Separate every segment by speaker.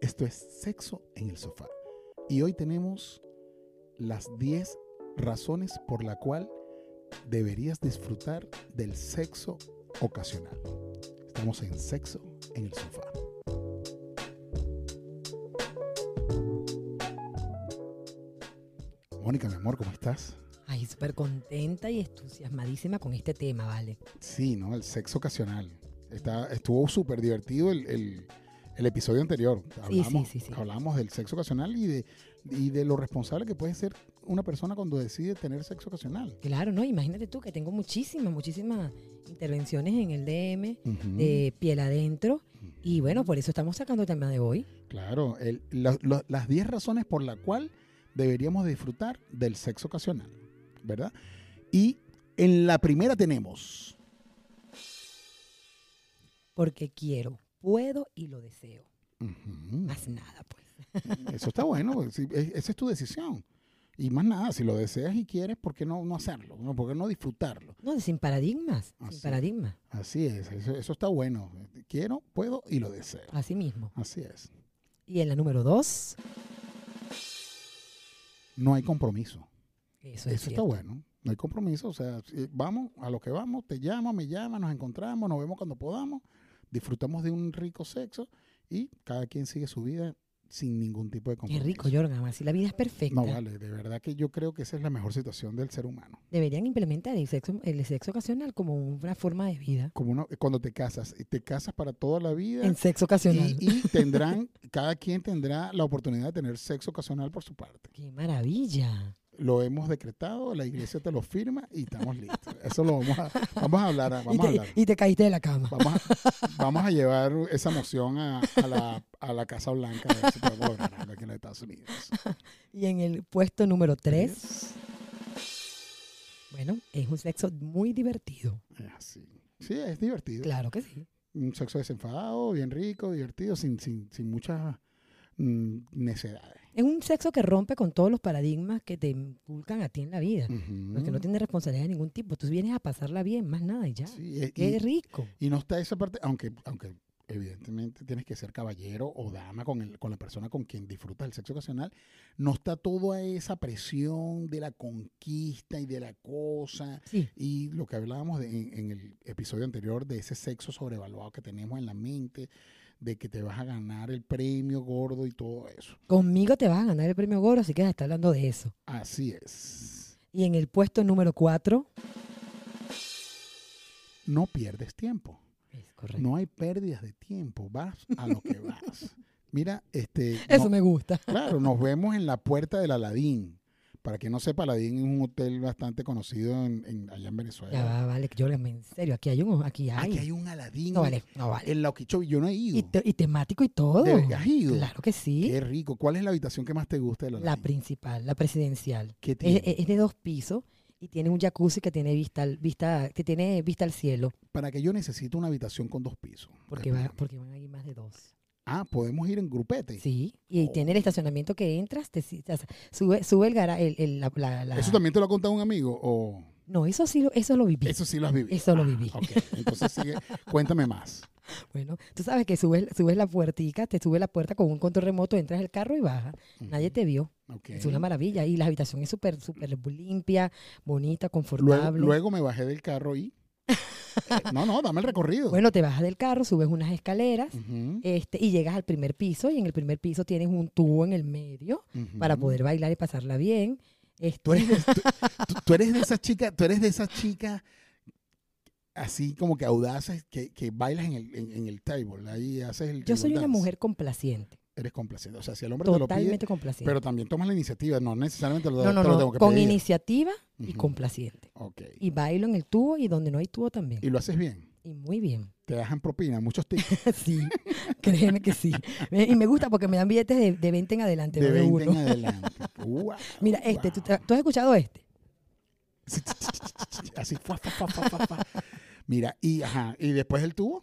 Speaker 1: Esto es Sexo en el Sofá. Y hoy tenemos las 10 razones por la cual deberías disfrutar del sexo ocasional. Estamos en Sexo en el Sofá. Mónica, mi amor, ¿cómo estás?
Speaker 2: Ay, súper contenta y entusiasmadísima con este tema, ¿vale?
Speaker 1: Sí, ¿no? El sexo ocasional. Está, estuvo súper divertido el, el- el episodio anterior. Hablamos,
Speaker 2: sí, sí, sí.
Speaker 1: hablamos del sexo ocasional y de, y de lo responsable que puede ser una persona cuando decide tener sexo ocasional.
Speaker 2: Claro, ¿no? Imagínate tú que tengo muchísimas, muchísimas intervenciones en el DM
Speaker 1: Ujú.
Speaker 2: de piel adentro. Y bueno, por eso estamos sacando el tema de hoy.
Speaker 1: Claro, el- la- lo- las 10 razones por la cual deberíamos disfrutar del sexo ocasional, ¿verdad? Y en la primera tenemos,
Speaker 2: Porque quiero, puedo y lo deseo.
Speaker 1: Ujú,
Speaker 2: Más nada, pues.
Speaker 1: eso está bueno, porque si- e- esa es tu decisión. Y más nada, si lo deseas y quieres, ¿por qué no, no hacerlo? ¿No? ¿Por qué no disfrutarlo?
Speaker 2: No, sin paradigmas.
Speaker 1: Así
Speaker 2: sin
Speaker 1: es.
Speaker 2: paradigmas.
Speaker 1: Así es, eso, eso está bueno. Quiero, puedo y lo deseo.
Speaker 2: Así mismo.
Speaker 1: Así es.
Speaker 2: Y en la número dos,
Speaker 1: No hay compromiso.
Speaker 2: eso es.
Speaker 1: Eso está
Speaker 2: cierto.
Speaker 1: bueno. No hay compromiso. O sea, si vamos a lo que vamos, te llama, me llama, nos encontramos, nos vemos cuando podamos, disfrutamos de un rico sexo y cada quien sigue su vida sin ningún tipo de
Speaker 2: Qué
Speaker 1: compromiso.
Speaker 2: rico, Jorgan. Así la vida es perfecta.
Speaker 1: No vale, de verdad que yo creo que esa es la mejor situación del ser humano.
Speaker 2: Deberían implementar el sexo, el sexo ocasional como una forma de vida.
Speaker 1: Como uno- cuando te casas, y te casas para toda la vida
Speaker 2: En sexo ocasional.
Speaker 1: y, y tendrán, cada quien tendrá la oportunidad de tener sexo ocasional por su parte.
Speaker 2: ¡Qué maravilla!
Speaker 1: Lo hemos decretado, la iglesia te lo firma y estamos listos. Eso lo vamos a, vamos a hablar,
Speaker 2: Y
Speaker 1: vamos a
Speaker 2: te,
Speaker 1: hablar.
Speaker 2: y te caíste de la cama.
Speaker 1: Vamos a, vamos a llevar esa moción a, a la, a la Casa Blanca, a ver si podemos lograr algo aquí en los Estados Unidos.
Speaker 2: Y en el puesto número 3, bueno, es un sexo muy divertido.
Speaker 1: Es así. Sí, es divertido.
Speaker 2: Claro que sí.
Speaker 1: Un sexo desenfadado, bien rico, divertido, sin, sin, sin muchas mm, necedades.
Speaker 2: Es un sexo que rompe con todos los paradigmas que te inculcan a ti en la vida. Porque no
Speaker 1: Ujú.
Speaker 2: tiene responsabilidad de ningún tipo. Tú vienes a pasarla bien, más nada, y ya.
Speaker 1: Sí, y-
Speaker 2: ¡Qué
Speaker 1: y-
Speaker 2: rico!
Speaker 1: Y no está esa parte, aunque, aunque evidentemente tienes que ser caballero o dama con, el, con la persona con quien disfrutas el sexo ocasional, no está toda esa presión de la conquista y de la cosa
Speaker 2: Sí.
Speaker 1: y lo que hablábamos de- en, en el episodio anterior de ese sexo sobrevaluado que tenemos en la mente, de que te vas a ganar el premio gordo y todo eso.
Speaker 2: Conmigo te vas a ganar el premio Goro, así que está hablando de eso.
Speaker 1: Así es.
Speaker 2: Y en el puesto número 4,
Speaker 1: No pierdes tiempo.
Speaker 2: es correcto.
Speaker 1: No hay pérdidas de tiempo. Vas a lo que vas. Mira, este...
Speaker 2: Eso
Speaker 1: no-
Speaker 2: me gusta.
Speaker 1: Claro, nos vemos en la puerta del Aladín. Para quien no sepa, Aladín es un hotel bastante conocido en, en- allá en Venezuela.
Speaker 2: Ya va, vale, Jorgan, en serio, aquí hay un... Aquí hay.
Speaker 1: Aquí hay un Aladín
Speaker 2: No vale, no vale.
Speaker 1: en la Okeechobee. Yo no he ido.
Speaker 2: Y, te- y temático y todo.
Speaker 1: Deberías ido.
Speaker 2: Claro que sí.
Speaker 1: Qué rico. ¿Cuál es la habitación que más te gusta del
Speaker 2: La eh,
Speaker 1: Aladín?
Speaker 2: principal, la presidencial.
Speaker 1: ¿Qué
Speaker 2: Es,
Speaker 1: tiene?
Speaker 2: es de dos pisos y tiene un jacuzzi que tiene vista al, vista, que tiene vista al cielo.
Speaker 1: Para que yo necesito una habitación con dos pisos.
Speaker 2: Porque, va,
Speaker 1: Explícame.
Speaker 2: porque van a ir más de dos.
Speaker 1: Ah, podemos ir en grupete.
Speaker 2: Sí. Y
Speaker 1: Oh.
Speaker 2: tiene el estacionamiento que entras, te, si- o sea, sube, sube el gara, el, el- la, la- la-
Speaker 1: ¿Eso también te lo ha contado un amigo? ¿O
Speaker 2: No, eso sí lo, eso lo viví.
Speaker 1: eso sí lo has vivido?
Speaker 2: Eso lo viví.
Speaker 1: Ok, entonces sigue. Cuéntame más.
Speaker 2: Bueno, tú sabes que subes, subes la puertica, te sube la puerta con un control remoto, entras el carro y bajas. Nadie te vio.
Speaker 1: Mm, Ok.
Speaker 2: Es una maravilla. Y la habitación es súper, súper limpia, bonita,
Speaker 1: Luego,
Speaker 2: confortable.
Speaker 1: luego me bajé del carro y... Eh, No, no, dame el recorrido.
Speaker 2: Bueno, te bajas del carro, subes unas escaleras
Speaker 1: Ujú,
Speaker 2: este, y llegas al primer piso y en el primer piso tienes un tubo en el medio
Speaker 1: ujú.
Speaker 2: para poder bailar y pasarla bien. Este,
Speaker 1: Tú eres, de, tú, tú- tú eres de esa chica, tú eres de esa chica así como que audaces que, que bailas en el, en, en el table, ahí haces el
Speaker 2: yo
Speaker 1: table
Speaker 2: soy una
Speaker 1: dance.
Speaker 2: mujer complaciente,
Speaker 1: Eres complaciente, o sea, si el hombre te lo pide,
Speaker 2: totalmente complaciente.
Speaker 1: pero también tomas la iniciativa, no necesariamente lo,
Speaker 2: no, no,
Speaker 1: te lo
Speaker 2: no,
Speaker 1: tengo que
Speaker 2: con
Speaker 1: pedir.
Speaker 2: iniciativa y
Speaker 1: Ujú,
Speaker 2: complaciente.
Speaker 1: ok.
Speaker 2: Y bailo en el tubo y donde no hay tubo también.
Speaker 1: Y lo haces bien,
Speaker 2: Y muy bien.
Speaker 1: te dejan propina, muchos tips
Speaker 2: sí, créeme que sí. Eh, Y me gusta porque me dan billetes de, de 20 en adelante,
Speaker 1: de
Speaker 2: no de
Speaker 1: 20 en
Speaker 2: uno.
Speaker 1: adelante. Guau,
Speaker 2: Mira, este, ¿tú,
Speaker 1: guau.
Speaker 2: te- ¿tú has escuchado este?
Speaker 1: Sí, ch, ch, ch, ch, ch, así fa, fa, fa, fa, fa, fa. Mira, y ajá, y después el tubo.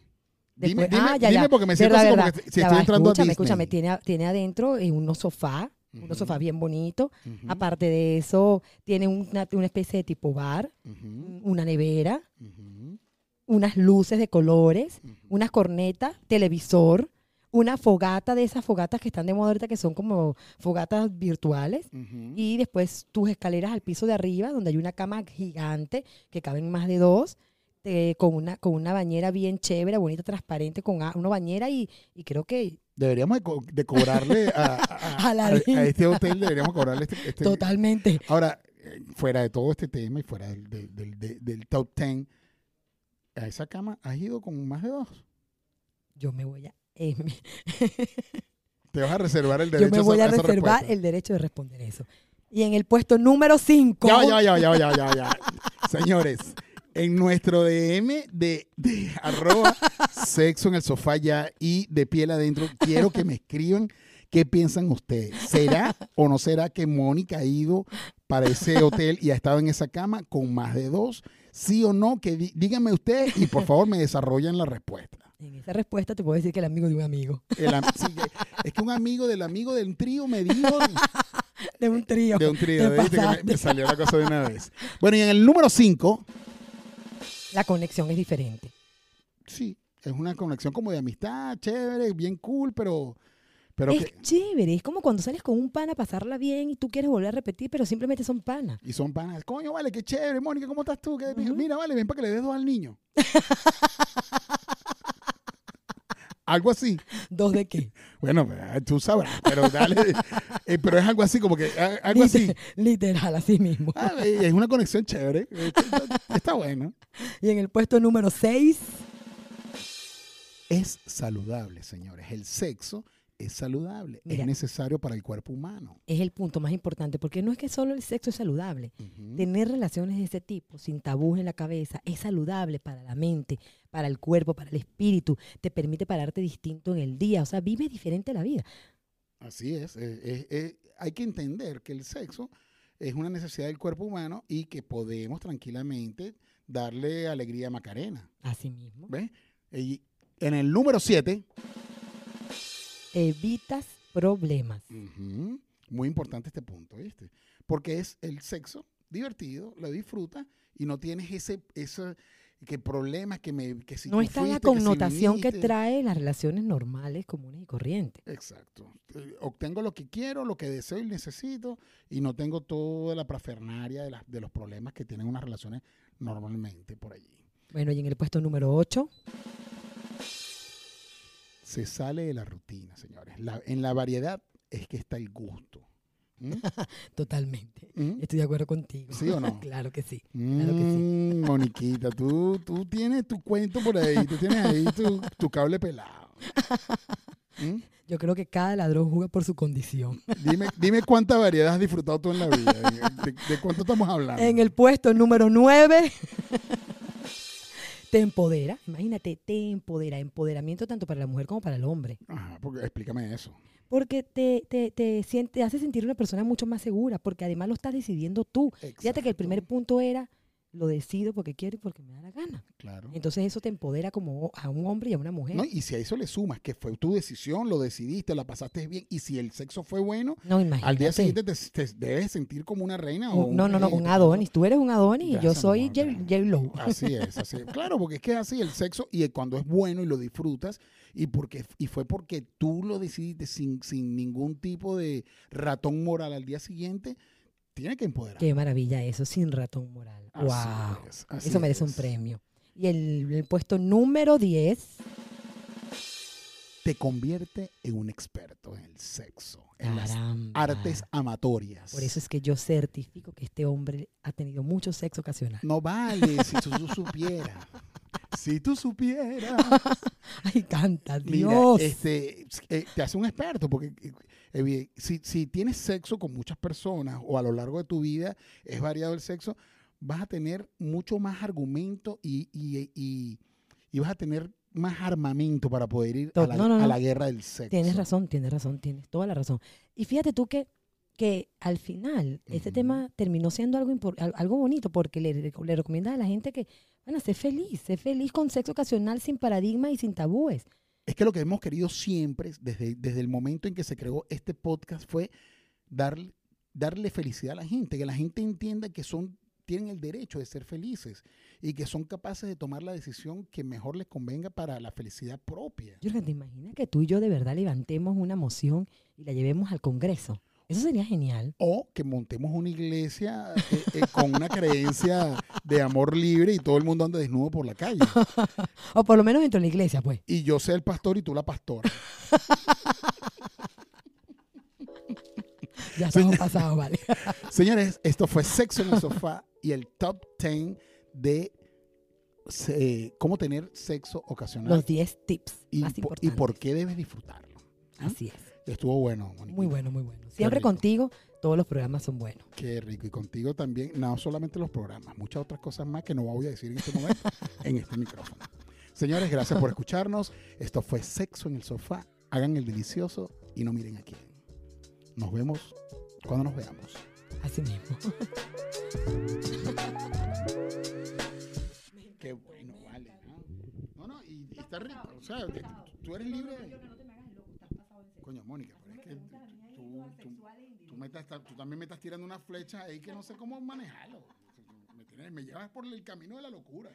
Speaker 1: Dime,
Speaker 2: Después-
Speaker 1: dime,
Speaker 2: ah, ya,
Speaker 1: dime
Speaker 2: ya.
Speaker 1: porque me siento
Speaker 2: Verdad,
Speaker 1: así como
Speaker 2: verdad.
Speaker 1: que si
Speaker 2: Ya
Speaker 1: estoy
Speaker 2: va,
Speaker 1: entrando a
Speaker 2: escúchame,
Speaker 1: Disney.
Speaker 2: escúchame, tiene, tiene adentro eh, unos sofás,
Speaker 1: Ujú.
Speaker 2: unos sofás bien bonitos.
Speaker 1: Ujú,
Speaker 2: Aparte de eso, tiene una, una especie de tipo bar,
Speaker 1: ujú,
Speaker 2: una nevera,
Speaker 1: ujú,
Speaker 2: unas luces de colores,
Speaker 1: ujú.
Speaker 2: unas cornetas, televisor, una fogata de esas fogatas que están de moda ahorita, que son como fogatas virtuales.
Speaker 1: Ujú.
Speaker 2: Y después tus escaleras al piso de arriba, donde hay una cama gigante, que caben más de dos, eh, con, una, con una bañera bien chévere, bonita, transparente, con a- una bañera y, y creo que
Speaker 1: Deberíamos de, co- de cobrarle a, a-
Speaker 2: A la
Speaker 1: a-
Speaker 2: Disney.
Speaker 1: a este hotel, deberíamos cobrarle este... este-
Speaker 2: totalmente.
Speaker 1: Ahora, eh, fuera de todo este tema y fuera del, del- del- del- del top 10, a esa cama has ido con más de dos.
Speaker 2: Yo me voy a... eh, me-
Speaker 1: Te vas a reservar el
Speaker 2: yo
Speaker 1: derecho
Speaker 2: me voy a
Speaker 1: esa- esa
Speaker 2: reservar
Speaker 1: respuesta.
Speaker 2: el derecho de responder eso. Y en el puesto número 5...
Speaker 1: Ya, ya, ya, ya, ya, ya, ya. Señores, en nuestro DM de, de arroba sexo en el sofá ya y de piel adentro, quiero que me escriban qué piensan ustedes. ¿Será o no será que Mónica ha ido para ese hotel y ha estado en esa cama con más de dos? ¿Sí o no? Que di- díganme ustedes y por favor me desarrollan la respuesta.
Speaker 2: En esa respuesta te puedo decir que el amigo de un amigo,
Speaker 1: El am- sí, es que un amigo del amigo del trío me dijo
Speaker 2: de un trío.
Speaker 1: de un trío.
Speaker 2: Te
Speaker 1: ¿viste? Que me- me
Speaker 2: pasaste.
Speaker 1: salió la cosa de una vez. Bueno, y en el número 5
Speaker 2: La conexión es diferente.
Speaker 1: sí, es una conexión como de amistad, chévere, bien cool, pero, pero
Speaker 2: es
Speaker 1: que,
Speaker 2: chévere, es como cuando sales con un pana a pasarla bien y tú quieres volver a repetir, pero simplemente son panas.
Speaker 1: y son panas. Coño, vale, qué chévere, Mónica, ¿cómo estás tú? ¿Qué-
Speaker 2: Ujú.
Speaker 1: Mira, vale, ven para que le des dos al niño. algo así.
Speaker 2: ¿Dos de qué?
Speaker 1: Bueno, pues, eh, tú sabrás, pero dale. Eh, pero es algo así, como que ah, algo así.
Speaker 2: Liter- Literal, así mismo.
Speaker 1: Ah, eh, es una conexión chévere. Eh, Está, está bueno.
Speaker 2: Y en el puesto número 6,
Speaker 1: Es saludable, señores. El sexo es saludable.
Speaker 2: Mira.
Speaker 1: Es necesario para el cuerpo humano.
Speaker 2: es el punto más importante, porque no es que solo el sexo es saludable.
Speaker 1: Ujú.
Speaker 2: Tener relaciones de ese tipo, sin tabús en la cabeza, es saludable para la mente, para el cuerpo, para el espíritu. Te permite pararte distinto en el día. O sea, vive diferente la vida.
Speaker 1: Así es. eh, eh, eh, hay que entender que el sexo es una necesidad del cuerpo humano y que podemos tranquilamente darle alegría a Macarena.
Speaker 2: Así mismo.
Speaker 1: ¿Ves? Y en el número 7,
Speaker 2: Evitas problemas.
Speaker 1: Mm, muy importante este punto, ¿viste? Porque es el sexo divertido, lo disfrutas y no tienes ese, ese que problemas que me que si
Speaker 2: no
Speaker 1: tú
Speaker 2: está la
Speaker 1: fuiste, que si
Speaker 2: connotación que,
Speaker 1: viniste.
Speaker 2: trae las relaciones normales, comunes y corrientes.
Speaker 1: Exacto. Eh, Obtengo lo que quiero, lo que deseo y necesito, y no tengo toda la prafernaria de, las- de los problemas que tienen unas relaciones normalmente por allí.
Speaker 2: Bueno, y en el puesto número 8,
Speaker 1: Se sale de la rutina, señores. La- en la variedad es que está el gusto. ¿Mm?
Speaker 2: totalmente.
Speaker 1: ¿Mm?
Speaker 2: Estoy de acuerdo contigo.
Speaker 1: ¿Sí o no?
Speaker 2: claro que sí. claro que sí.
Speaker 1: Mm, Moniquita, tú, tú tienes tu cuento por ahí, tú tienes ahí tu, tu cable pelado. ¿Mm?
Speaker 2: Yo creo que cada ladrón juega por su condición.
Speaker 1: Dime, dime cuánta variedad has disfrutado tú en la vida. ¿De, de cuánto estamos hablando?
Speaker 2: En el puesto número 9. Te empodera, imagínate, te empodera, empoderamiento tanto para la mujer como para el hombre,
Speaker 1: Ajá, Ah, porque, explícame eso.
Speaker 2: porque te, te, te, sien- te hace sentir una persona mucho más segura, porque además lo estás decidiendo tú. Fíjate que el
Speaker 1: Exacto.
Speaker 2: primer punto era, lo decido porque quiero y porque me da la gana.
Speaker 1: Claro.
Speaker 2: Entonces eso te empodera como o- a un hombre y a una mujer.
Speaker 1: No, y si a eso le sumas que fue tu decisión, lo decidiste, la pasaste bien, y si el sexo fue bueno,
Speaker 2: No, imagínate.
Speaker 1: al día siguiente te, te debes sentir como una reina o
Speaker 2: Un- no, no, no,
Speaker 1: rey,
Speaker 2: un Adonis. Tú eres un Adonis y yo
Speaker 1: Gracias,
Speaker 2: soy
Speaker 1: amor,
Speaker 2: J-
Speaker 1: ya.
Speaker 2: J-Lo.
Speaker 1: Así es, así es. Claro, porque es que es así el sexo y cuando es bueno y lo disfrutas y porque y fue porque tú lo decidiste sin, sin ningún tipo de ratón moral al día siguiente, tiene que empoderar.
Speaker 2: Qué maravilla eso, sin ratón moral.
Speaker 1: Así
Speaker 2: wow.
Speaker 1: es, así
Speaker 2: Eso merece un
Speaker 1: es.
Speaker 2: premio. Y el, el puesto número 10,
Speaker 1: Te convierte en un experto en el sexo, en las
Speaker 2: caramba.
Speaker 1: artes amatorias.
Speaker 2: Por eso es que yo certifico que este hombre ha tenido mucho sexo ocasional.
Speaker 1: No vale, si tú, tú supieras. Si tú supieras.
Speaker 2: Ay, canta,
Speaker 1: Mira,
Speaker 2: Dios.
Speaker 1: este, eh, te hace un experto, porque eh, evi- si, si tienes sexo con muchas personas o a lo largo de tu vida es variado el sexo, vas a tener mucho más argumento y, y- y- y vas a tener más armamento para poder ir a
Speaker 2: To-
Speaker 1: la,
Speaker 2: no, no,
Speaker 1: a
Speaker 2: no.
Speaker 1: la guerra del sexo.
Speaker 2: Tienes razón, tienes razón, tienes toda la razón. Y fíjate tú que, que al final este
Speaker 1: Ujú.
Speaker 2: tema terminó siendo algo, impor- al- algo bonito porque le, reco- le recomiendas a la gente que, bueno, sé feliz, sé feliz con sexo ocasional sin paradigmas y sin tabúes.
Speaker 1: Es que lo que hemos querido siempre, desde, desde el momento en que se creó este podcast, fue darle, darle felicidad a la gente, que la gente entienda que son tienen el derecho de ser felices y que son capaces de tomar la decisión que mejor les convenga para la felicidad propia.
Speaker 2: Jürgen, ¿te imaginas que tú y yo de verdad levantemos una moción y la llevemos al Congreso? Eso sería genial.
Speaker 1: O que montemos una iglesia eh, eh, con una creencia de amor libre y todo el mundo anda desnudo por la calle.
Speaker 2: O por lo menos dentro de la iglesia, pues.
Speaker 1: Y yo sea el pastor y tú la pastora.
Speaker 2: Ya
Speaker 1: Pues,
Speaker 2: estamos pasados, vale.
Speaker 1: Señores, esto fue Sexo en el Sofá y el top 10 de eh, cómo tener sexo ocasional
Speaker 2: Los 10 tips
Speaker 1: y,
Speaker 2: más
Speaker 1: po-
Speaker 2: importantes.
Speaker 1: y por qué debes disfrutarlo.
Speaker 2: Así es.
Speaker 1: Estuvo bueno. Moniquita.
Speaker 2: Muy bueno, muy bueno. Siempre
Speaker 1: rico.
Speaker 2: contigo, todos los programas son buenos.
Speaker 1: Qué rico. Y contigo también, no solamente los programas, muchas otras cosas más que no voy a decir en este momento, en este micrófono. Señores, gracias por escucharnos. Esto fue Sexo en el Sofá. Hagan el delicioso y no miren a quién. Nos vemos cuando nos veamos.
Speaker 2: Así mismo.
Speaker 1: Qué bueno, vale. No, no, no y, y está rico. O sea, que tú- tú eres libre. de- Coño, Mónica, pero es e que tú, tú, tú- tú me estás, tú también me estás tirando una flecha ahí que no sé cómo manejarlo. Me, tienes- me llevas por el camino de la locura.